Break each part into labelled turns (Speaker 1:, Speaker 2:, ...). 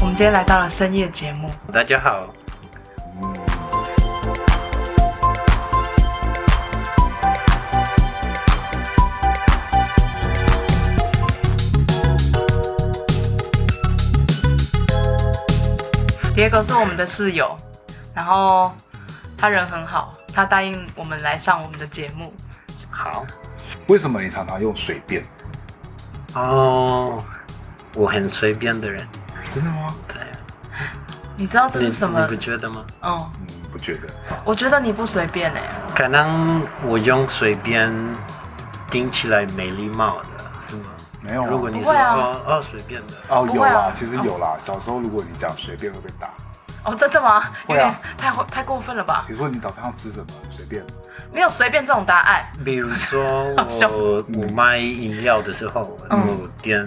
Speaker 1: 今天来到了深夜节目，
Speaker 2: 大家好，
Speaker 1: d i e 是我们的室友，然后他人很好，他答应我们来上我们的节目。
Speaker 2: 好
Speaker 3: 为什么你常常用随便？
Speaker 2: 哦，我很随便的人，
Speaker 3: 真的吗？
Speaker 2: 对，
Speaker 1: 你知道这
Speaker 2: 你
Speaker 1: 是什么
Speaker 2: 你？不觉得吗？
Speaker 1: 嗯，
Speaker 3: 嗯，不觉得。
Speaker 1: 我觉得你不随便哎、
Speaker 2: 可能我用随便听起来没礼貌的是吗？
Speaker 3: 没有啊
Speaker 2: 如果你
Speaker 1: 不
Speaker 2: 说
Speaker 1: 会啊
Speaker 2: 哦哦随便的，
Speaker 3: 哦，
Speaker 1: 不
Speaker 3: 有
Speaker 1: 会啊
Speaker 3: 啦，其实有啦。小时候如果你讲随便会被打，
Speaker 1: 哦，真的吗？有
Speaker 3: 会啊
Speaker 1: 点太太过分了吧？
Speaker 3: 比如说你早上吃什么随便，
Speaker 1: 没有随便这种答案。
Speaker 2: 比如说
Speaker 1: 笑
Speaker 2: 我我卖饮料的时候，
Speaker 1: 嗯
Speaker 2: 我点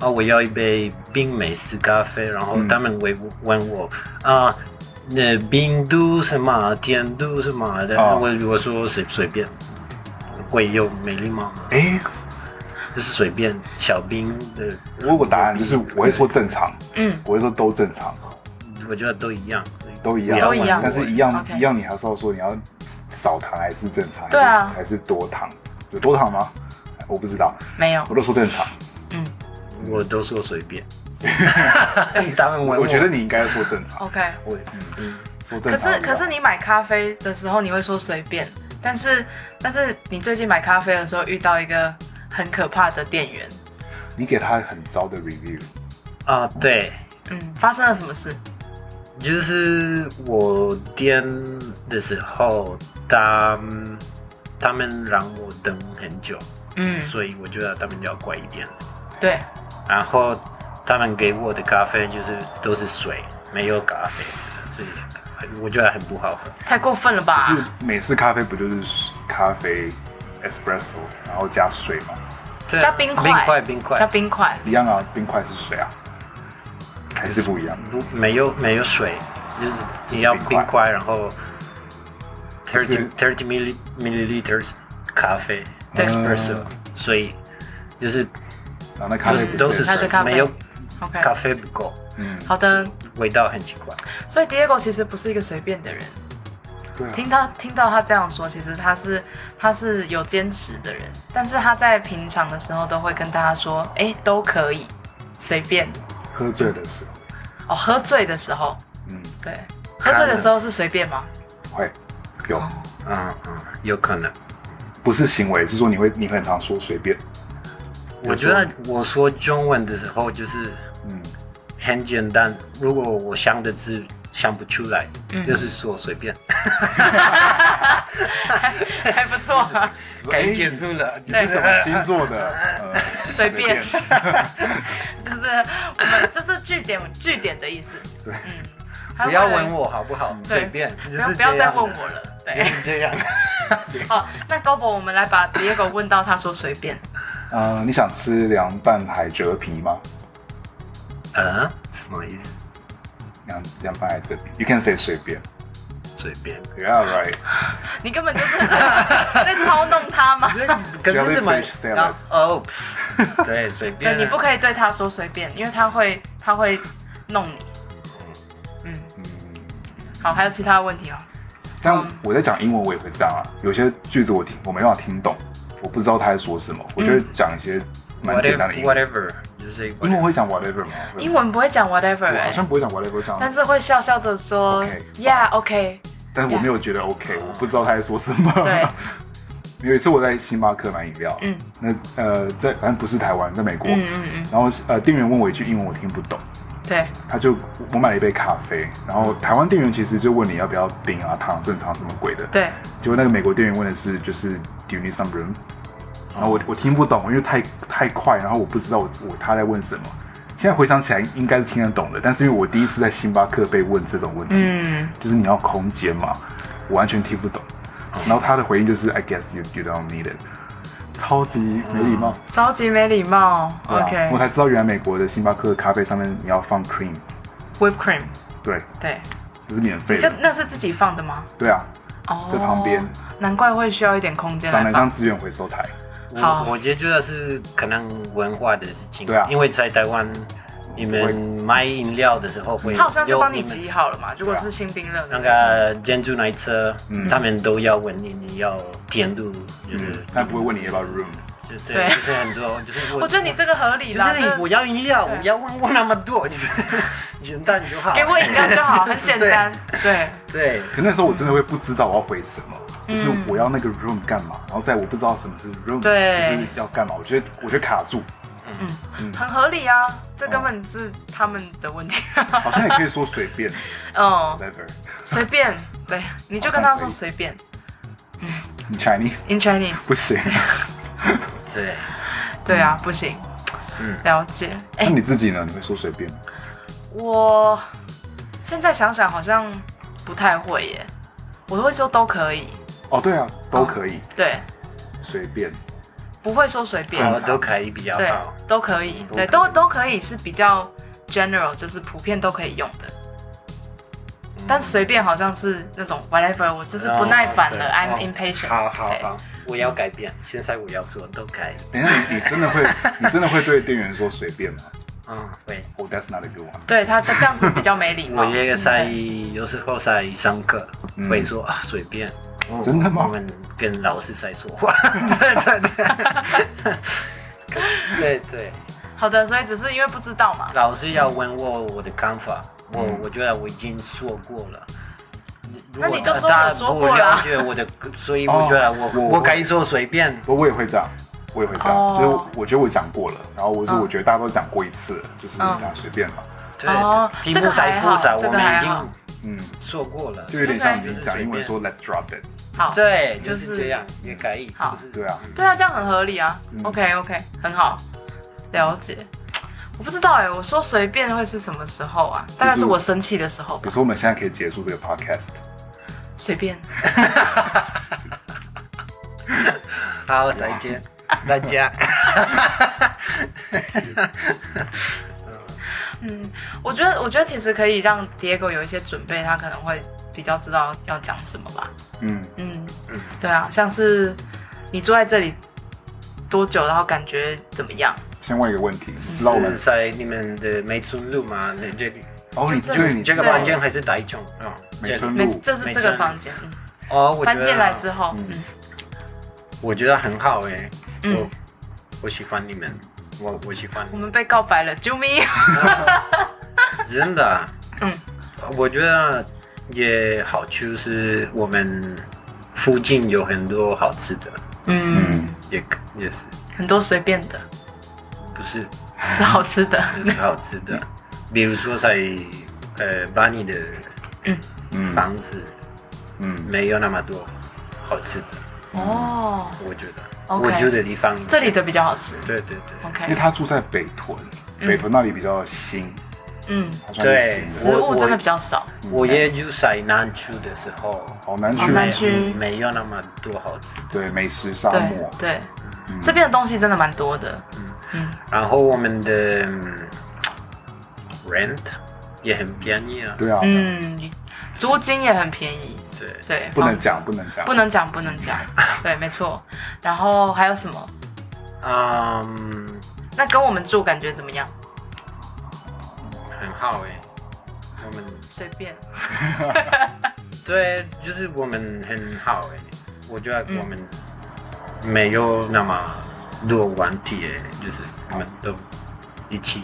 Speaker 2: 啊、我要一杯冰美式咖啡，然后
Speaker 3: 嗯
Speaker 2: 他们会问我啊，那、冰度什么，甜度什么的，
Speaker 3: 哦
Speaker 2: 我我说随随便，会有没礼貌吗？
Speaker 3: 哎，
Speaker 2: 就是随便小冰的，呃
Speaker 3: 如果答案就是我会说正常，
Speaker 1: 嗯，
Speaker 3: 我会说都正常，
Speaker 2: 我觉得都一样，
Speaker 3: 都一样，
Speaker 1: 都一样
Speaker 3: 但是一样
Speaker 1: OK
Speaker 3: 一样，你还是要说你要少糖还是正常，
Speaker 1: 对啊
Speaker 3: 还是多糖？有多糖吗？我不知道，
Speaker 1: 没有
Speaker 3: 我。都说正常。
Speaker 1: 嗯
Speaker 2: 我都说随 便。 他们问
Speaker 3: 我觉得你应该说正常，
Speaker 1: ，OK。
Speaker 3: 我嗯嗯，说正
Speaker 1: 可
Speaker 3: 常。
Speaker 1: 是可是你买咖啡的时候，你会说随便，但是但是你最近买咖啡的时候遇到一个很可怕的店员，
Speaker 3: 你给他很糟的 review，
Speaker 2: 啊，对，
Speaker 1: 嗯，发生了什么事？
Speaker 2: 就是我颠的时候，他们他们让我等很久，
Speaker 1: 嗯，
Speaker 2: 所以我觉得他们要快一点。
Speaker 1: 对，
Speaker 2: 然后他们给我的咖啡就是都是水，没有咖啡，所以很我觉得很不好喝。
Speaker 1: 太过分了吧？
Speaker 3: 是美式咖啡不就是咖啡 espresso，然后加水嘛？
Speaker 2: 对啊
Speaker 1: 加冰块，
Speaker 2: 冰块，冰
Speaker 1: 加
Speaker 2: 块，
Speaker 1: 冰块。
Speaker 3: 一样啊，冰块是水啊，还是不一样。
Speaker 2: 不没有没有水，就是你要
Speaker 3: 就是
Speaker 2: 冰
Speaker 3: 冰块
Speaker 2: 块，然后
Speaker 3: 就是
Speaker 2: thirty thirty milli milliliters 咖啡
Speaker 1: 对
Speaker 2: espresso，、所以就是
Speaker 3: 然后那咖
Speaker 2: 都
Speaker 3: 啡
Speaker 2: 是
Speaker 3: 不
Speaker 2: 都是
Speaker 1: 它
Speaker 2: 水
Speaker 1: 是咖啡
Speaker 2: 没有
Speaker 1: OK，
Speaker 2: 咖啡不够，
Speaker 3: 嗯，
Speaker 1: 好的。
Speaker 2: 味道很奇怪。
Speaker 1: 所以 Diego 其实不是一个随便的人。
Speaker 3: 对啊，
Speaker 1: 听到听到他这样说，其实他是他是有坚持的人，但是他在平常的时候都会跟大家说，哎，都可以，随便。
Speaker 3: 喝醉的时
Speaker 1: 哦，
Speaker 3: 候，
Speaker 1: 喝醉的时候，
Speaker 3: 嗯，
Speaker 1: 对，喝醉的时候是随便吗？
Speaker 3: 会有，
Speaker 1: 哦
Speaker 2: 嗯嗯，有可能。
Speaker 3: 不是行为，是说你会，你很常说随便，
Speaker 2: 我觉得我说中文的时候就是
Speaker 3: 嗯，
Speaker 2: 很简单，如果我想的字想不出来，
Speaker 1: 嗯
Speaker 2: 就是说随便，
Speaker 1: 还不错、啊，
Speaker 2: 该哎结束了。
Speaker 3: 你
Speaker 2: 就是
Speaker 3: 什么星座的？呃
Speaker 1: 随便，就是我们就是据点据点的意思。
Speaker 3: 对
Speaker 1: 嗯，还
Speaker 2: 不要
Speaker 1: 为了
Speaker 2: 问，我好不好？
Speaker 1: 对
Speaker 2: 随便，
Speaker 1: 不
Speaker 2: 就
Speaker 1: 要
Speaker 2: 是
Speaker 1: 不要
Speaker 2: 这
Speaker 1: 再
Speaker 2: 样的
Speaker 1: 问我哎了。
Speaker 2: 就
Speaker 1: 对，
Speaker 2: 是这样。
Speaker 1: 好，那高博，我们来把 Diego 问到他说随便。
Speaker 3: 呃，你想吃凉拌海蜇皮吗？
Speaker 2: 啊？什么意思？
Speaker 3: 凉凉拌海蜇皮，You can say 随便
Speaker 2: 随 便。
Speaker 3: ，Yeah right，
Speaker 1: 你根本就是在操弄他 嘛。
Speaker 2: 可是
Speaker 3: Jellyfish
Speaker 2: 是买
Speaker 3: salad
Speaker 2: 啊哦，对，随 便
Speaker 1: 对，
Speaker 2: 啊。
Speaker 1: 你不可以对他说随便，因为他会他会弄你。嗯，
Speaker 3: 嗯。
Speaker 1: 好，还有其他的问题哦。
Speaker 3: 但
Speaker 1: 嗯
Speaker 3: 我在讲英文，我也会这样啊。有些句子我听我没办法听懂，我不知道他在说什么，我就会讲一些蛮简单的英文。
Speaker 2: whatever，whatever，就是
Speaker 3: 英文会讲 whatever 吗？
Speaker 1: 嗯英文不会讲 whatever，、
Speaker 3: 我嗯好
Speaker 1: 欸、
Speaker 3: 像不会讲 whatever，我讲，
Speaker 1: 但是会笑笑的说
Speaker 3: OK
Speaker 1: yeah OK。
Speaker 3: 但是我没有觉得 OK，我不知道他在说什么。
Speaker 1: 对，
Speaker 3: 有一次我在星巴克买饮料，
Speaker 1: 嗯
Speaker 3: 那呃在反正不是台湾，在美国，
Speaker 1: 嗯嗯嗯，
Speaker 3: 然后呃店员问我一句英文我听不懂，
Speaker 1: 对，
Speaker 3: 他就我买了一杯咖啡，然后
Speaker 1: 嗯
Speaker 3: 台湾店员其实就问你要不要冰啊糖正常什么鬼的，
Speaker 1: 对，
Speaker 3: 结果那个美国店员问的是就是 Do you need some room？然
Speaker 1: 哦
Speaker 3: 后我我听不懂，因为太太快，然后我不知道我我他在问什么。现在回想起来应该是听得懂的，但是因为我第一次在星巴克被问这种问题，
Speaker 1: 嗯，
Speaker 3: 就是你要空间嘛，我完全听不懂。
Speaker 1: 哦
Speaker 3: 然后他的回应就是 I guess you you don't need it，超级没礼貌。
Speaker 1: 超级没礼貌。
Speaker 3: 对啊
Speaker 1: 哦 OK，
Speaker 3: 我才知道原来美国的星巴克咖啡上面你要放 cream，
Speaker 1: whip cream，
Speaker 3: 对，
Speaker 1: 对，
Speaker 3: 这是免费
Speaker 1: 就
Speaker 3: 的，
Speaker 1: 那是自己放的吗？
Speaker 3: 对啊，
Speaker 1: 哦，
Speaker 3: 在旁边，
Speaker 1: 难怪会需要一点空间
Speaker 3: 长
Speaker 1: 来
Speaker 3: 得
Speaker 1: 放
Speaker 3: 像。资源回收台。
Speaker 1: 好
Speaker 2: 我我觉得是可能文化的事情，
Speaker 3: 对啊
Speaker 2: 因为在台湾你们买饮料的时候会，
Speaker 1: 他好像就帮你
Speaker 2: 有们
Speaker 1: 挤好了嘛。如果是新冰乐的
Speaker 2: 那
Speaker 1: 那种，
Speaker 2: 个珍珠奶茶，
Speaker 1: 嗯
Speaker 2: 他们都要问你你要甜度，就是
Speaker 3: 他嗯不会问你要不要 room。
Speaker 2: 就
Speaker 1: 对
Speaker 2: 对，就是 很多，就是问
Speaker 1: 我觉得你这个合理
Speaker 2: 就
Speaker 1: 啦，
Speaker 2: 是
Speaker 1: 这
Speaker 2: 你我要饮料，我不要问问那么 多，就是简单就好。
Speaker 1: 给我饮料就好，很简单。对，
Speaker 2: 对，
Speaker 3: 可那时候我真的会不知道我要回什么，
Speaker 1: 嗯
Speaker 3: 就是我要那个 room 干嘛，然后在我不知道什么是 room，
Speaker 1: 对
Speaker 3: 就是要干嘛，我觉得我觉得 卡住，
Speaker 1: 很合理啊，这根本是他们的问题。
Speaker 3: 好像也可以说随便
Speaker 1: 嗯，
Speaker 3: whatever
Speaker 1: 随便，对，你就跟他说随便。
Speaker 3: in Chinese
Speaker 1: In Chinese，
Speaker 3: 不行。
Speaker 1: 哎
Speaker 2: 对，
Speaker 1: 对啊，不行。
Speaker 2: 嗯
Speaker 1: 了解。哎
Speaker 3: 那，你自己呢？你会说随便吗？
Speaker 1: 我现在想想好像不太会耶，我都会说都可以，
Speaker 3: 哦，对啊，都可以
Speaker 1: 对，
Speaker 3: 随便，
Speaker 1: 不会说随便
Speaker 2: 我，都可以比较
Speaker 1: 对
Speaker 2: 好。，
Speaker 1: 都可以，对，都
Speaker 3: 都可以
Speaker 1: 都可以是比较 general，就是普遍都可以用的。
Speaker 2: 嗯
Speaker 1: 但随便好像是那种 whatever，我就是不耐烦了、
Speaker 2: 哦
Speaker 1: i m
Speaker 2: 对
Speaker 1: impatient
Speaker 2: 好好
Speaker 1: 对
Speaker 2: 好，我要改变，现在我要说都可以。
Speaker 3: 等一下你你真的会你真的会对店员说随便吗
Speaker 2: 嗯，会。
Speaker 3: ？Oh, that's not a good one。
Speaker 1: 对他他这样子比较没礼貌嗯
Speaker 2: 我。爷爷在有时候在上课会说啊随便。哦
Speaker 3: 真的吗
Speaker 2: 我们跟老师在说话。 对对对。可是对对，
Speaker 1: 好的，所以只是因为不知道嘛。
Speaker 2: 老师要问我我的看法，我我觉得我已经说过了。
Speaker 1: 嗯那你就说
Speaker 2: 如果大家
Speaker 1: 我说
Speaker 2: 不
Speaker 1: 过了啊
Speaker 2: 了解我的，所以我觉得我
Speaker 3: 哦我
Speaker 2: 我可以说随便。
Speaker 3: 我我也会这样，我也会这样，
Speaker 1: 哦
Speaker 3: 就是我我觉得我讲过了，然后我说
Speaker 1: 嗯
Speaker 3: 我觉得大家都讲过一次了，就是
Speaker 1: 嗯
Speaker 3: 大家随便嘛，
Speaker 2: 对
Speaker 1: 哦，
Speaker 2: 题
Speaker 1: 这
Speaker 2: 目
Speaker 1: 个还
Speaker 2: 太复杂，
Speaker 1: 好这
Speaker 2: 我
Speaker 1: 个还
Speaker 2: 们已
Speaker 1: 好
Speaker 2: 经
Speaker 3: 嗯，
Speaker 2: 说过了。
Speaker 3: 就有点像
Speaker 1: OK
Speaker 3: 你讲英文说 let's drop it，
Speaker 1: 好，
Speaker 2: 对，就
Speaker 1: 就是
Speaker 2: 是这样，也可以。
Speaker 1: 好
Speaker 2: 就是
Speaker 3: 对啊，
Speaker 1: 对啊，这样很合理啊。
Speaker 3: 嗯
Speaker 1: OK OK，很好，了解。我不知道哎、我说随便会是什么时候啊？大概是我生气的时候
Speaker 3: 比
Speaker 1: 吧
Speaker 3: 如。说我们现在可以结束这个 podcast，
Speaker 1: 随便，
Speaker 2: 好，再 见，
Speaker 1: 啊
Speaker 2: 大家。
Speaker 1: 嗯，我觉得我觉得其实可以让 Diego 有一些准备，他可能会比较知道要讲什么吧。
Speaker 3: 嗯，
Speaker 1: 嗯，对啊，像是你坐在这里多久，然后感觉怎么样？
Speaker 3: 先问一个问题，知道我们
Speaker 2: 是在你们的梅村路吗？那这里
Speaker 3: 哦，你
Speaker 1: 就这
Speaker 3: 对你
Speaker 2: 这个
Speaker 1: 对
Speaker 2: 房间还是台中啊？
Speaker 3: 梅村
Speaker 1: 每
Speaker 3: 路，
Speaker 1: 这是
Speaker 2: 每
Speaker 1: 这个
Speaker 2: 天
Speaker 1: 房间，嗯，
Speaker 2: 哦，我觉
Speaker 1: 搬
Speaker 2: 得
Speaker 1: 进来之后，嗯
Speaker 2: 我觉得很好哎，
Speaker 1: 嗯
Speaker 2: 我我喜欢你们，我我喜欢
Speaker 1: 我
Speaker 2: 你们，
Speaker 1: 们被告白了，救命！
Speaker 2: 真的。啊
Speaker 1: 嗯，
Speaker 2: 我觉得也好处是我们附近有很多好吃的，
Speaker 1: 嗯，
Speaker 3: 嗯，
Speaker 2: 也可也是
Speaker 1: 很多随便的，
Speaker 2: 不是
Speaker 1: 是好吃 的。
Speaker 2: 就是好吃的，
Speaker 1: 嗯
Speaker 2: 比如说在呃巴黎的
Speaker 3: 嗯
Speaker 2: 房子
Speaker 3: 嗯，
Speaker 2: 没有那么多好吃的，
Speaker 1: 哦，
Speaker 2: 我觉得
Speaker 1: OK
Speaker 2: 我住的地方
Speaker 1: 这里的比较好吃。
Speaker 2: 对对对，
Speaker 3: 因为
Speaker 1: OK，
Speaker 3: 他住在北屯，北屯那里比较新，
Speaker 1: 嗯，
Speaker 3: 他算是新
Speaker 1: 食
Speaker 3: 的，
Speaker 2: 我
Speaker 1: 物
Speaker 2: 我
Speaker 1: 真的比较少。
Speaker 2: 我也就在南区的时候，
Speaker 3: 好难
Speaker 1: 好
Speaker 3: 去，
Speaker 1: 难去
Speaker 2: 没没有那么多好吃。
Speaker 3: 对，美食沙
Speaker 1: 对
Speaker 2: 啊
Speaker 3: 漠，嗯
Speaker 1: 对，
Speaker 2: 嗯
Speaker 1: 这边的东西真的蛮多的。嗯
Speaker 2: 然后我们的嗯 rent 也很便宜啊，
Speaker 3: 对啊，
Speaker 1: 嗯，租金也很便宜。
Speaker 2: 对，
Speaker 1: 对，
Speaker 3: 不能
Speaker 1: 房
Speaker 3: 讲，不能讲
Speaker 1: 不，能讲，不能讲。 对，没错。然后还有什么？
Speaker 2: 嗯，
Speaker 1: 那跟我们住感觉怎么样？
Speaker 2: 很好哎，我们
Speaker 1: 随便。
Speaker 2: 对，就是我们很好哎，我觉得我们没有那么多问题哎，就是我们都一起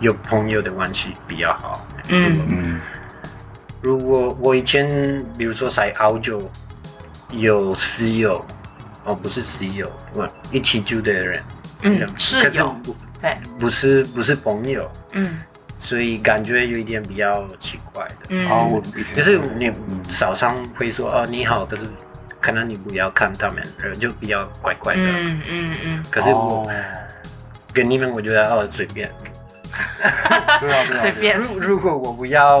Speaker 2: 有朋友的关系比较好。
Speaker 1: 嗯
Speaker 3: 嗯
Speaker 2: 如果我以前，比如说在澳洲有室友，哦，不是室友，我一起住的人，
Speaker 1: 嗯，室
Speaker 2: 可是
Speaker 1: 友。
Speaker 2: 不
Speaker 1: 对，
Speaker 2: 不是不是朋友，
Speaker 1: 嗯
Speaker 2: 所以感觉有一点比较奇怪的。
Speaker 1: 嗯。
Speaker 3: 好，我以前
Speaker 2: 就是你早上会说哦你好，可是可能你不要看他们，呃就比较怪怪的。
Speaker 1: 嗯嗯嗯，
Speaker 2: 可是我、
Speaker 3: 哦
Speaker 2: 跟你们，我觉得哦随便。
Speaker 3: 对啊，对啊，
Speaker 1: 随便。
Speaker 2: 如如果我不要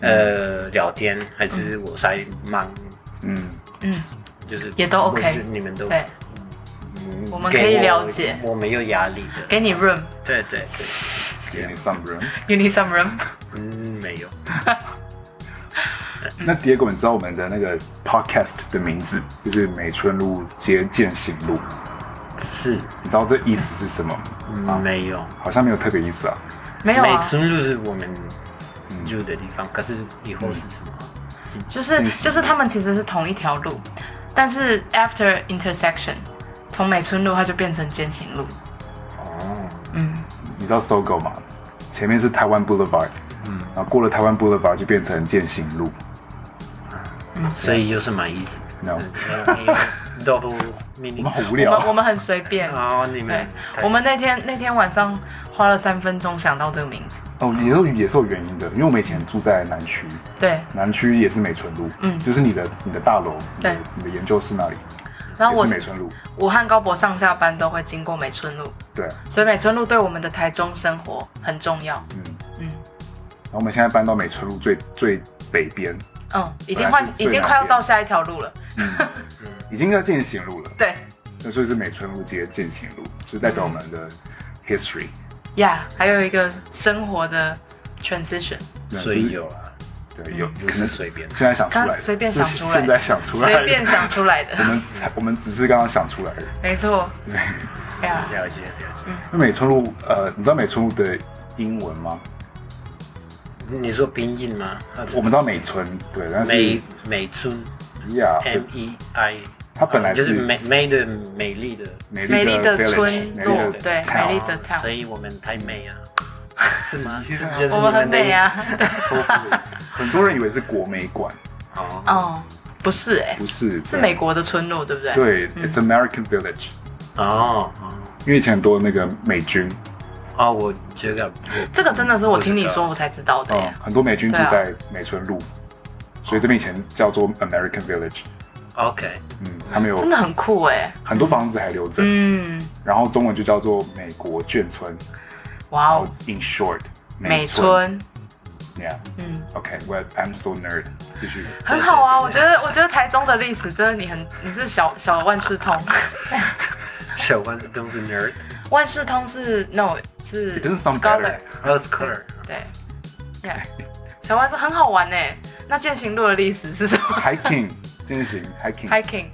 Speaker 2: 呃聊天，还是我在忙，
Speaker 3: 嗯，
Speaker 1: 嗯，
Speaker 2: 就是
Speaker 1: 也都 OK
Speaker 2: 我就你们都
Speaker 1: 对，
Speaker 2: 嗯
Speaker 1: 我们
Speaker 2: 给
Speaker 1: 可以了解
Speaker 2: 我没有压力的。
Speaker 1: 给你 room。
Speaker 2: 对对对，
Speaker 3: 给你 some room。
Speaker 1: You need some room？
Speaker 2: 嗯，没有。
Speaker 3: 那 Diego，你知道我们的那个 podcast 的名字就是美村路接践行路，
Speaker 2: 是，
Speaker 3: 你知道这意思是什么吗？
Speaker 2: 嗯没有。
Speaker 3: 好像没有特别意思啊。
Speaker 1: 没有
Speaker 2: 美
Speaker 1: 啊，
Speaker 2: 村路是我们住的地方，可是以后是什么？
Speaker 1: 就是
Speaker 3: 类似
Speaker 1: 就是他们其实是同一条路，但是 after intersection，从美村路它就变成践行路。
Speaker 2: 哦，
Speaker 1: 嗯，
Speaker 3: 你知道搜狗吗？前面是台湾 Boulevard，嗯，然后过了台湾 Boulevard 就变成践行路，嗯
Speaker 2: 所以有什么意思
Speaker 3: No
Speaker 2: ？double
Speaker 3: 嗯我
Speaker 2: meaning
Speaker 3: 们好无
Speaker 1: 我
Speaker 3: 聊
Speaker 1: 们我
Speaker 3: 啊。
Speaker 1: 们很随便。
Speaker 2: 哦，你
Speaker 1: 对
Speaker 2: 们，
Speaker 1: 我们那天那天晚上花了三分钟想到这个名字。
Speaker 3: 哦，也是有也是有原因的，因为我们以前住在南区，
Speaker 1: 对，
Speaker 3: 南区也是美纯路，
Speaker 1: 嗯
Speaker 3: 就是你的你的大楼，你的
Speaker 1: 对
Speaker 3: 你的研究室那里
Speaker 1: 然后
Speaker 3: 也
Speaker 1: 我
Speaker 3: 是美纯路，
Speaker 1: 武汉高博上下班都会经过美村路，
Speaker 3: 对，
Speaker 1: 所以美村路对我们的台中生活很重要。
Speaker 3: 嗯，
Speaker 1: 嗯
Speaker 3: 然后我们现在搬到美纯路最最北边，
Speaker 1: 嗯，已经
Speaker 3: 本
Speaker 1: 快
Speaker 3: 来是最
Speaker 1: 已经
Speaker 3: 南
Speaker 1: 快要
Speaker 3: 边
Speaker 1: 到下一条路了。
Speaker 3: 已经在践行路了，
Speaker 1: 对
Speaker 3: 那所以是美纯路接践行路，就代表我们
Speaker 1: 嗯
Speaker 3: 的 history，
Speaker 1: 呀还有一个生活的 transition，
Speaker 3: 对
Speaker 2: 所以有啊，
Speaker 3: 对，
Speaker 1: 嗯
Speaker 3: 有
Speaker 2: 就
Speaker 3: 可
Speaker 2: 是
Speaker 3: 能
Speaker 2: 随便。
Speaker 3: 现在想出来的，
Speaker 1: 刚随便想出来
Speaker 3: 是现在想出来的，
Speaker 1: 随便想出来的
Speaker 3: 我。 们才我们只是刚刚想出来的。
Speaker 1: 没错。呀，
Speaker 2: 了解了解。
Speaker 3: 那美村路，呃，你知道美村路的英文吗？
Speaker 2: 你说拼音吗？
Speaker 3: 我们知道美村，对，但是
Speaker 2: 美美村
Speaker 3: yeah，
Speaker 2: M E I，啊
Speaker 3: 它本来
Speaker 2: 就是是美美的美丽的，
Speaker 3: 美
Speaker 1: 美丽的
Speaker 3: village，
Speaker 1: 村
Speaker 3: 美丽
Speaker 1: 落，
Speaker 3: 的
Speaker 1: 对，
Speaker 3: town
Speaker 1: 美丽的 town，
Speaker 2: 所以我们太美 啊，是吗？是就是
Speaker 1: 我
Speaker 2: 你
Speaker 1: 们很
Speaker 2: 的意
Speaker 1: 美
Speaker 2: 思。
Speaker 1: 啊。
Speaker 3: 很多人以为是国美馆，
Speaker 2: 哦，
Speaker 1: 哦，不是哎、
Speaker 3: 不是，
Speaker 1: 是
Speaker 3: 对
Speaker 1: 美。国的嗯村落，对不对？
Speaker 3: 对，It's American Village，
Speaker 2: 哦，
Speaker 3: 因为以前很多那个美军，
Speaker 2: 哦，我这个
Speaker 1: 这个真的是我听你说我才知道的
Speaker 3: 嗯
Speaker 1: 耶，。
Speaker 3: 很多美军住
Speaker 1: 对啊
Speaker 3: 在美村路，所以这边以前叫做 American Village，
Speaker 2: OK，
Speaker 3: 嗯，他们有
Speaker 1: 真的很酷哎。
Speaker 3: 很多房子还留着，
Speaker 1: 嗯，
Speaker 3: 然后中文就叫做美国眷村，
Speaker 1: 哇
Speaker 3: 然后
Speaker 1: 哦，
Speaker 3: in short
Speaker 1: 美村，
Speaker 3: ，yeah。
Speaker 1: 嗯，
Speaker 3: OK，well、I'm so nerd，继续。
Speaker 1: 很好啊。我觉得，我觉得台中的历史真的你很，你是小小万事 通，
Speaker 2: 小丸子都是 nerd，
Speaker 1: 万事通是 no 是
Speaker 3: It doesn't sound
Speaker 1: scholar，
Speaker 3: better.
Speaker 2: 哦，scholar，
Speaker 1: 对，yeah，小万事很好玩哎。那践行路的历史是什么
Speaker 3: Hiking 进行 hiking，
Speaker 1: ？hiking。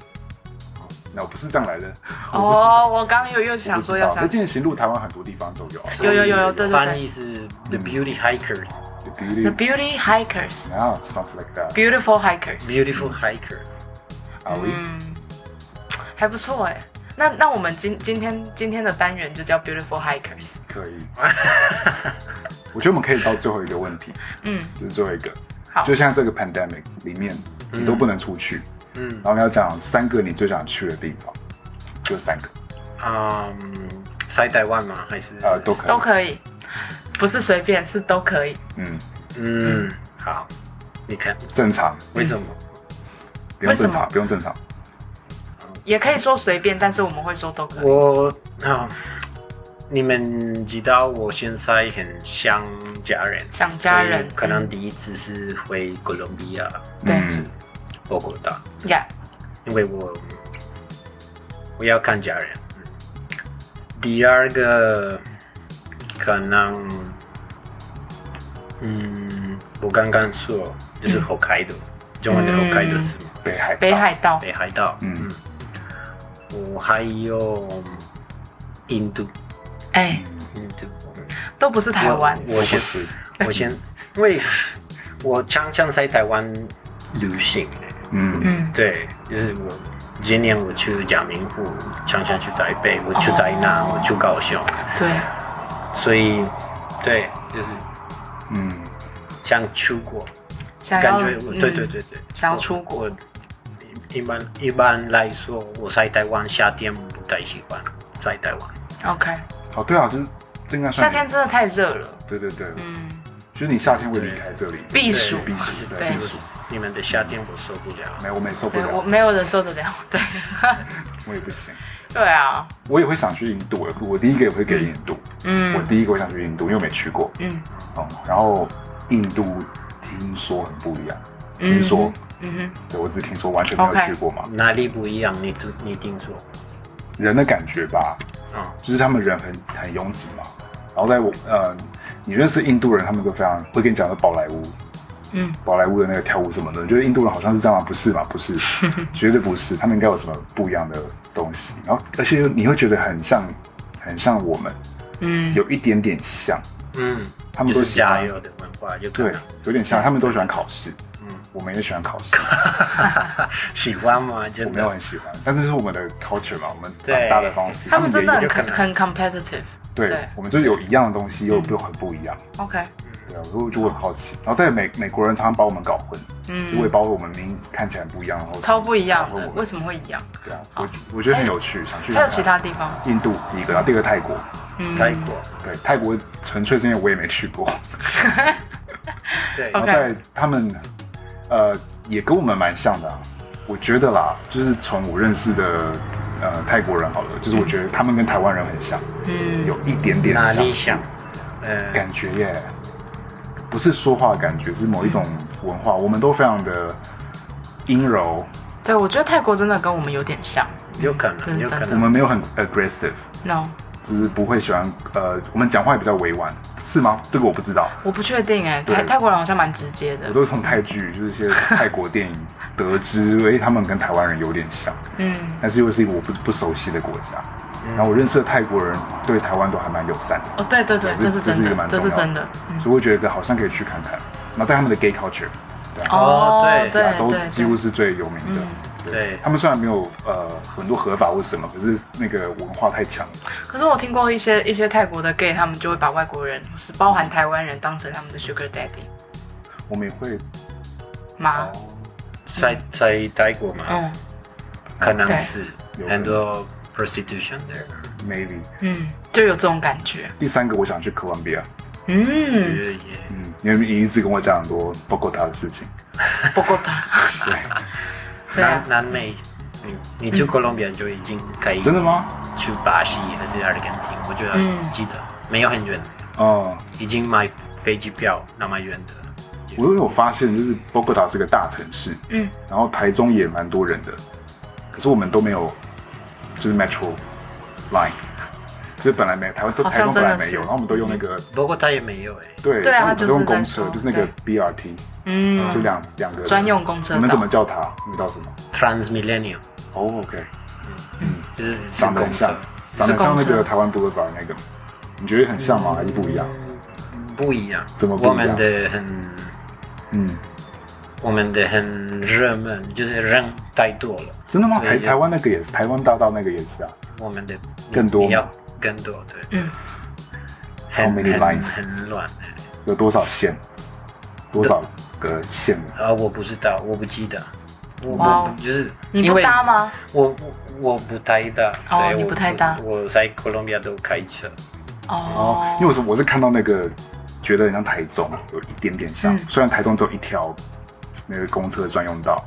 Speaker 3: 那我不是这样来的。
Speaker 1: 哦，我刚刚有又想说
Speaker 3: 要
Speaker 1: 又
Speaker 3: 那
Speaker 1: 想起，
Speaker 3: 进行路台湾很多地方都有啊。
Speaker 1: 有有有有，对对
Speaker 2: 翻
Speaker 1: 对
Speaker 2: 译是 the beauty hikers。
Speaker 3: The
Speaker 1: ，The
Speaker 3: beauty
Speaker 1: Beauty Hikers。
Speaker 3: now something like that。啊
Speaker 1: Beautiful Hikers，
Speaker 2: Beautiful hikers，
Speaker 3: Are we？
Speaker 1: 嗯，还不错哎。那那我们今今天今天的单元就叫 Beautiful Hikers。
Speaker 3: 可以。 我觉得我们可以到最后一个问题，
Speaker 1: 嗯，
Speaker 3: 就是最后一个。
Speaker 1: 好
Speaker 3: 就像这个 pandemic 里面，你都不能出去，
Speaker 2: 嗯
Speaker 3: 然后你要讲三个你最想去的地方，就三个，
Speaker 2: 嗯，在台湾吗？还是
Speaker 3: 呃，都可以。
Speaker 1: 都可以，不是随便，是都可以。
Speaker 3: 嗯，
Speaker 2: 嗯，好，你看
Speaker 3: 正常，
Speaker 2: 为什么？
Speaker 3: 不用正
Speaker 1: 为什
Speaker 3: 常，
Speaker 1: 么
Speaker 3: 不用正常。
Speaker 1: 也可以说随便，但是我们会说都可以。
Speaker 2: 我啊，你们知道我现在很想家人，
Speaker 1: 想家人
Speaker 2: 所以可能第一次是回哥伦比亚、
Speaker 1: 对
Speaker 3: 嗯
Speaker 2: 波哥大，
Speaker 1: 呀，
Speaker 2: 因为我我要看家人。第二个可能，嗯，我刚刚说就是
Speaker 1: 嗯
Speaker 2: 北海道，中文的北海道是吗？
Speaker 3: 北海，
Speaker 1: 北，海道
Speaker 2: 北海道，
Speaker 3: 嗯
Speaker 2: 嗯，我还有印度，
Speaker 1: 哎，
Speaker 2: 印度，嗯
Speaker 1: 都不是台湾。
Speaker 2: 我我先
Speaker 3: 是，
Speaker 2: 我先，因为我常常在台湾旅行，
Speaker 3: 嗯
Speaker 1: 嗯，
Speaker 2: 对，就是我今年我去嘉明湖，常常去台北，我去台南，
Speaker 1: 哦
Speaker 2: 我去高雄，
Speaker 1: 对，
Speaker 2: 所以对，就是
Speaker 3: 嗯。
Speaker 2: 想出国，
Speaker 1: 想
Speaker 2: 感
Speaker 1: 要嗯
Speaker 2: 觉我对对对对，
Speaker 1: 想要出国
Speaker 2: 我。我一般一般来说，我在台湾夏天不太喜欢在台湾。
Speaker 1: 嗯 OK，
Speaker 3: 哦，对啊，就是这应该
Speaker 1: 夏
Speaker 3: 算
Speaker 1: 天真的太热了。
Speaker 3: 对对对，
Speaker 1: 嗯，
Speaker 3: 就是你夏天会离开这里，
Speaker 1: 避暑
Speaker 3: 避暑
Speaker 1: 对
Speaker 3: 对避暑，
Speaker 2: 你们的夏天我受不了。
Speaker 3: 没有我们也受不
Speaker 1: 对我
Speaker 3: 了，
Speaker 1: 没有人受得了。 对，
Speaker 3: 我也不行，
Speaker 1: 对啊，
Speaker 3: 我也会想去印度，我我第一个也会给印度，我
Speaker 1: 嗯
Speaker 3: 第一个我想去印度，因为我没去过，
Speaker 1: 嗯
Speaker 3: 嗯，然后印度听说很不一样，
Speaker 1: 嗯
Speaker 3: 听说，
Speaker 1: 嗯
Speaker 3: 对我只听说，完全没有
Speaker 1: OK
Speaker 3: 去过嘛，
Speaker 2: 哪里不一样？你听你听说？
Speaker 3: 人的感觉吧，
Speaker 2: 啊、
Speaker 3: 就是他们人很很拥挤嘛，然后在我呃，你认识印度人，他们都非常会跟你讲的宝莱坞，
Speaker 1: 哼嗯
Speaker 3: 宝莱坞的那个跳舞什么的，你觉得印度人好像是这样吗？不是嘛？不是， 绝对不是，他们应该有什么不一样的东西。然后，而且你会觉得很像，很像我们，
Speaker 1: 嗯，
Speaker 3: 有一点点像，
Speaker 2: 嗯，
Speaker 3: 他们
Speaker 2: 就
Speaker 3: 都
Speaker 2: 是
Speaker 3: 喜欢
Speaker 2: 加油的文化，有可
Speaker 3: 对
Speaker 2: 能，
Speaker 3: 有点像，他们都喜欢考试，
Speaker 2: 嗯，
Speaker 3: 我们也喜欢考试，
Speaker 2: 喜欢吗？真
Speaker 3: 我
Speaker 2: 的
Speaker 3: 没有很喜欢，但是这是我们的 culture 嘛，我们长
Speaker 2: 对
Speaker 3: 大的方式，
Speaker 1: 他们真的
Speaker 3: 也
Speaker 1: 很
Speaker 3: 有
Speaker 2: 可能
Speaker 1: 很 competitive。
Speaker 3: 对
Speaker 1: 对，嗯
Speaker 3: 我们就是有一样的东西，又又很不一样，
Speaker 1: OK，
Speaker 3: 对啊，我就我很好奇，然后在美美国人常常把我们搞混，就会
Speaker 1: 嗯，
Speaker 3: 把我们名字看起来不一样，然后
Speaker 1: 超不一样
Speaker 3: 搞
Speaker 1: 的
Speaker 3: 混，我
Speaker 1: 为
Speaker 3: 们
Speaker 1: 什么会一样？
Speaker 3: 对啊，我我觉得很有趣，想去
Speaker 1: 还有
Speaker 3: 看
Speaker 1: 其他地方？
Speaker 3: 印度第一个，然后第二个泰国，
Speaker 1: 嗯，
Speaker 2: 啊泰国，
Speaker 3: 对，泰国纯粹是因为我也没去过，
Speaker 2: 对
Speaker 3: 然后
Speaker 1: OK
Speaker 3: 在他们呃也跟我们蛮像的、啊，我觉得啦，就是从我认识的呃泰国人好了，就是我觉得他们跟台湾人很像，
Speaker 1: 嗯，
Speaker 3: 有一点点
Speaker 2: 哪
Speaker 3: 像
Speaker 2: 里想？呃，
Speaker 3: 感觉耶，不是说话的感觉，是某一种
Speaker 1: 嗯
Speaker 3: 文化，我们都非常的阴柔，
Speaker 1: 对，我觉得泰国真的跟我们有点像。
Speaker 2: 有可
Speaker 1: 这
Speaker 2: 能，
Speaker 1: 是
Speaker 2: 有可
Speaker 1: 真的
Speaker 3: 我
Speaker 2: 能，
Speaker 3: 们没有很 aggressive。
Speaker 1: No，
Speaker 3: 就是不会喜欢，呃，我们讲话也比较委婉，是吗？这个我不知道，
Speaker 1: 我不确定哎，泰
Speaker 3: 对
Speaker 1: 泰国人好像蛮直接的
Speaker 3: 我。都是从泰剧，就是一些泰国电影得知，哎，他们跟台湾人有点像，
Speaker 1: 嗯，
Speaker 3: 但是又是一个我不不熟悉的国家。然后我认识的泰国人对台湾都还蛮友善的，
Speaker 1: 哦，对对对，
Speaker 3: 对
Speaker 1: 这
Speaker 3: 这
Speaker 1: 是真
Speaker 3: 这是一个
Speaker 1: 的，
Speaker 3: 蛮
Speaker 1: 这
Speaker 3: 重要
Speaker 1: 是
Speaker 3: 的
Speaker 1: 真的。嗯
Speaker 3: 所以我觉得好像可以去看看。然后在他们的 gay culture，对啊，
Speaker 2: 哦对
Speaker 1: 对
Speaker 3: 亚洲
Speaker 1: 对，嗯
Speaker 3: 几乎是最有名的。
Speaker 2: 对，
Speaker 3: 他们虽然没有呃很多合法或什么，可是那个文化太强了。
Speaker 1: 可是我听过一些一些泰国的 gay，他们就会把外国人，是包含台湾人，当成他们的 sugar daddy
Speaker 3: 我们也会
Speaker 1: 吗
Speaker 3: 哦？，
Speaker 2: 在在泰国嘛，
Speaker 1: 嗯
Speaker 2: 可能
Speaker 1: OK
Speaker 2: 是
Speaker 3: 有可能
Speaker 2: 很多 prostitution there。
Speaker 3: maybe
Speaker 1: 嗯，就有这种感觉。
Speaker 3: 第三个我想去哥伦比亚，
Speaker 1: 嗯，
Speaker 2: 也也
Speaker 3: 嗯，因为你一直跟我讲很多包括他的事情，
Speaker 1: 不够大。 对啊嗯
Speaker 2: 南，南美，你你去哥伦比亚就已经可以
Speaker 3: 真的吗？
Speaker 2: 去巴西还是阿根廷，我觉得
Speaker 1: 嗯
Speaker 2: 记得没有很远，
Speaker 3: 哦、
Speaker 2: 已经买飞机票那么远的。
Speaker 3: 我有发现，就是波哥达是个大城市，
Speaker 1: 嗯，
Speaker 3: 然后台中也蛮多人的，可是我们都没有，就是 metro line，就是本来没台湾
Speaker 1: 好
Speaker 3: 台
Speaker 1: 像
Speaker 3: 中本来
Speaker 1: 真
Speaker 3: 没
Speaker 1: 的是嗯
Speaker 3: 有，然后我们都用那个、
Speaker 2: 不过他也没有哎、
Speaker 3: 对
Speaker 1: 对啊
Speaker 3: 我们都用公
Speaker 1: 就是在
Speaker 3: 车，
Speaker 1: 说
Speaker 3: 就是那个 BRT，就哦
Speaker 1: 嗯，
Speaker 3: 两两个
Speaker 1: 专。用公车
Speaker 3: 你们怎
Speaker 1: 道
Speaker 3: 么。叫它？你们叫什么？
Speaker 2: Transmillennium，
Speaker 3: 哦、o k
Speaker 2: 就是是
Speaker 3: 长得
Speaker 2: 公
Speaker 3: 很像
Speaker 2: 车，，
Speaker 3: 长得像那
Speaker 1: 是公车
Speaker 3: 个台湾 Boulevard 那个，你觉得很像吗？还是不一样？
Speaker 2: 不一样。
Speaker 3: 怎么不一
Speaker 2: 我
Speaker 3: 样
Speaker 2: 们的很，
Speaker 3: 嗯，
Speaker 2: 我们的很热门，就是人太多了。
Speaker 3: 真的吗？
Speaker 2: 所以
Speaker 3: 台
Speaker 2: 就
Speaker 3: 台湾那个也是，台湾大道那个也是啊。
Speaker 2: 我们的
Speaker 3: 更多吗
Speaker 2: 比较更多，对，
Speaker 1: 嗯，
Speaker 2: 很
Speaker 3: How many
Speaker 2: 很
Speaker 3: lines？
Speaker 2: 很乱。
Speaker 3: 有多少线，多少个线
Speaker 2: 啊，我不知道，我不记得。我
Speaker 1: 哇
Speaker 2: 我
Speaker 1: 哦
Speaker 2: 就是
Speaker 1: 你
Speaker 2: 因
Speaker 1: 不
Speaker 2: 为
Speaker 1: 搭吗？
Speaker 2: 我我我不太搭，
Speaker 1: 哦
Speaker 2: 对
Speaker 1: 你
Speaker 2: 我
Speaker 1: 不太搭
Speaker 2: 我在哥伦比亚都开车，
Speaker 1: 哦
Speaker 3: 哦，，因为我是我是看到那个，觉得很像台中，啊有一点点像，
Speaker 1: 嗯
Speaker 3: 虽然台中只有一条那个公车专用道，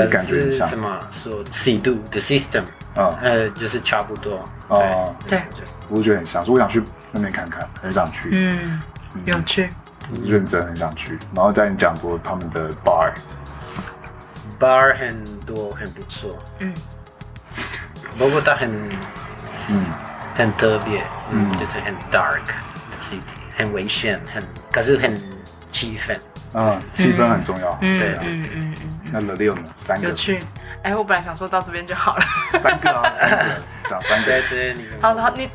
Speaker 2: 可
Speaker 3: 是感觉很
Speaker 2: 是
Speaker 3: 像
Speaker 2: 什，么说制度的 system，
Speaker 3: 嗯，
Speaker 2: 呃，就是差不多。
Speaker 3: 哦
Speaker 1: 对
Speaker 2: 对
Speaker 3: 我就觉得很像，所以我想去那边看看，很想去，
Speaker 1: 嗯，
Speaker 3: 嗯
Speaker 1: 有趣。
Speaker 3: 认真很想去。然后在你讲过他们的 bar，
Speaker 2: ，bar 很多很不错，
Speaker 1: 嗯，
Speaker 2: 不过它很
Speaker 3: 嗯，
Speaker 2: 很特别，嗯
Speaker 3: 嗯，
Speaker 2: 就是很 dark 的 city，很危险，很可是很气氛。
Speaker 3: 嗯，气氛很重要，
Speaker 1: 嗯
Speaker 2: 对
Speaker 3: 啊
Speaker 1: 嗯嗯嗯，
Speaker 3: 那 The 六呢？三
Speaker 1: 有
Speaker 3: 个，
Speaker 1: 趣。哎，我本来想说到这边就好了。
Speaker 3: 三个啊，三 个，讲三
Speaker 2: 在
Speaker 3: 个。
Speaker 2: 这里，
Speaker 1: 好的，好你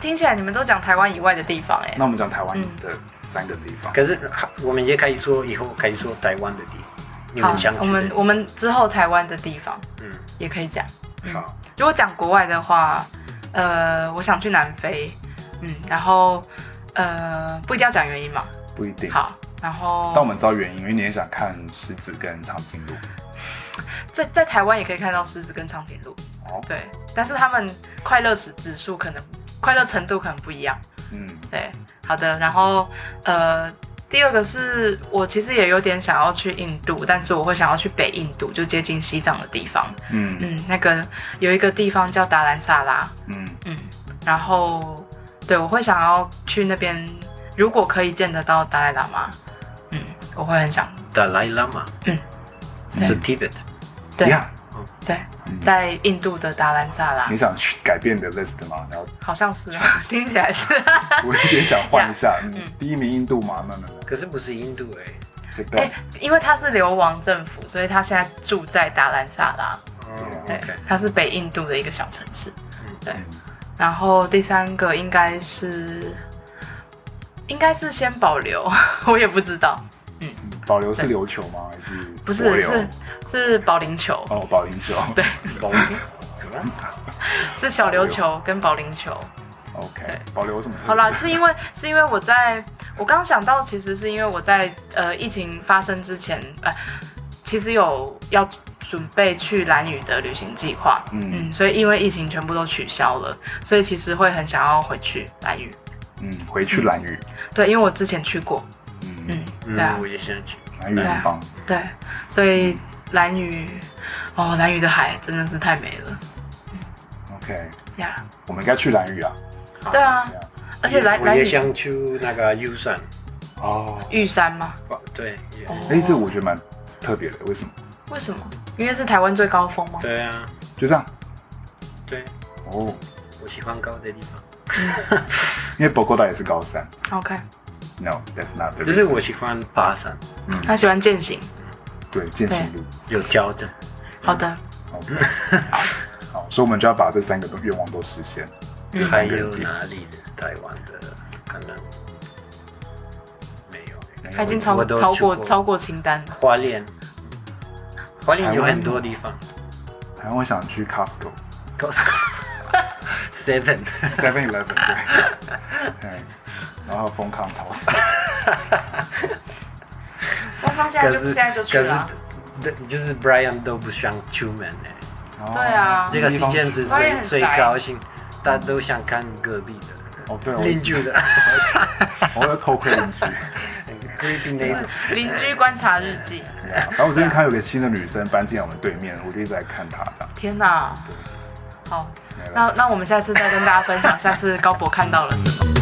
Speaker 1: 听起来你们都讲台湾以外的地方，哎
Speaker 3: 那，我们讲台湾的三个地方，
Speaker 2: 可是我们也可以说以后可以说台湾的地方，你
Speaker 1: 好
Speaker 2: 们想，
Speaker 1: 我
Speaker 2: 去
Speaker 1: 们
Speaker 2: 的，
Speaker 1: 我们之后台湾的地方
Speaker 2: 嗯，
Speaker 1: 也可以讲。嗯
Speaker 3: 好，
Speaker 1: 如果讲国外的话，呃，我想去南非，嗯，然后呃，不一定要讲原因嘛，
Speaker 3: 不一定。
Speaker 1: 好，然后
Speaker 3: 但我们知道原因，因为你也想看狮子跟长颈鹿。
Speaker 1: 在在台湾也可以看到狮子跟长颈鹿，
Speaker 3: 哦，
Speaker 1: 对，但是他们快乐指指数可能快乐程度可能不一样，
Speaker 3: 嗯，
Speaker 1: 对，好的，然后呃。第二个是我其实也有点想要去印度，但是我会想要去北印度，就接近西藏的地方。
Speaker 3: 嗯
Speaker 1: 嗯，那个有一个地方叫达兰萨拉，
Speaker 3: 嗯
Speaker 1: 嗯，然后对我会想要去那边，如果可以见得到达赖喇嘛，嗯，我会很想
Speaker 2: 达赖喇嘛，
Speaker 1: 嗯，
Speaker 2: 是 Tibet，
Speaker 1: 对
Speaker 3: 呀，
Speaker 1: 对，
Speaker 3: 嗯
Speaker 1: 在印度的达兰萨拉
Speaker 3: 你，想去改变你的 list 吗？然后
Speaker 1: 好像是，啊 听起来是，
Speaker 3: 我有点想换一下，嗯
Speaker 1: 嗯，
Speaker 3: 第一名印度嘛，那那那
Speaker 2: 可是不是印度哎、
Speaker 3: 这
Speaker 1: 哎、
Speaker 3: 个
Speaker 1: 因为他是流亡政府，所以他现在住在达兰萨拉，
Speaker 2: 哦
Speaker 1: 对
Speaker 2: OK，
Speaker 1: 它是北印度的一个小城市哎
Speaker 2: 嗯，
Speaker 1: 对
Speaker 3: 嗯。
Speaker 1: 然后第三个应该是应该是先保留， 我也不知道，
Speaker 3: 嗯保留是琉球吗？还是
Speaker 1: 不
Speaker 3: 柏
Speaker 1: 是
Speaker 3: 流
Speaker 1: 是是保龄球，
Speaker 3: 哦，保龄球。
Speaker 1: 对，
Speaker 2: 懂
Speaker 1: 是小琉球跟保龄球。
Speaker 3: OK，
Speaker 1: 对
Speaker 3: 保留什么特色？
Speaker 1: 好啦，是因为是因为我在我刚想到，其实是因为我在呃疫情发生之前，呃，其实有要准备去蓝屿的旅行计划，
Speaker 3: 嗯
Speaker 1: 嗯，所以因为疫情全部都取消了，所以其实会很想要回去蓝屿。
Speaker 3: 嗯，回去蓝屿，
Speaker 1: 对，因为我之前去过，
Speaker 3: 嗯
Speaker 1: 嗯，，对啊
Speaker 2: 嗯，我，也想去。
Speaker 3: 蓝屿很棒。
Speaker 1: 对，所以蓝屿，哦，蓝屿的海真的是太美了啊
Speaker 3: OK，
Speaker 1: 呀
Speaker 3: 我们应该去蓝屿啊。
Speaker 1: 对啊，
Speaker 3: 对啊
Speaker 1: 而且蓝
Speaker 2: 我
Speaker 1: 蓝
Speaker 2: 也
Speaker 1: 屿
Speaker 2: 想去那个 U 山，
Speaker 3: 哦，
Speaker 1: 玉山吗？
Speaker 2: 对，也
Speaker 1: 哦
Speaker 3: 哎，这我觉得蛮特别的，为什么？
Speaker 1: 为什么？因为是台湾最高峰吗？
Speaker 2: 对啊，
Speaker 3: 就这样
Speaker 2: 对，
Speaker 3: 哦，
Speaker 2: 我喜欢高的地方，
Speaker 3: 因为 b o g o 也是高山。
Speaker 1: OK，
Speaker 3: No，that's not the
Speaker 2: 就
Speaker 3: reason。嗯
Speaker 2: 是我啊喜欢爬山，
Speaker 1: 他喜欢践行。
Speaker 3: 对践行路。
Speaker 2: 有调整。
Speaker 1: 好的，
Speaker 3: OK，好，所以我们就要把这三个都愿望都实现。
Speaker 1: 嗯
Speaker 2: 还有哪里的台湾的可能没有？
Speaker 1: 他已经超超过超过清单了。
Speaker 2: 花莲，花莲有很多地方
Speaker 3: 台哎湾我想去 Costco、
Speaker 2: ，Seven，
Speaker 3: Seven Eleven 对， 嗯，然后丰康超市。
Speaker 1: 官方现
Speaker 2: 可
Speaker 1: 在就是现在就去
Speaker 2: 可
Speaker 1: 了
Speaker 2: 是
Speaker 1: 啊。
Speaker 2: 对就是 Brian 都不想出门欸呢、
Speaker 1: 对啊
Speaker 2: 这个时间是
Speaker 1: 花莲
Speaker 2: 最
Speaker 1: 很
Speaker 2: 最
Speaker 1: 宅
Speaker 2: 高兴，大家都想看隔壁的
Speaker 3: 哦，对，我
Speaker 2: 邻 居的
Speaker 3: 我要偷窥邻居。
Speaker 2: creepy neighbor。
Speaker 1: 邻居观察日记。
Speaker 3: 然后我最近看有个新的女生搬进来我们对面，我就一直在看她这样。
Speaker 1: 天哪！好，那那我们下次再跟大家分享，下次高博看到了什么。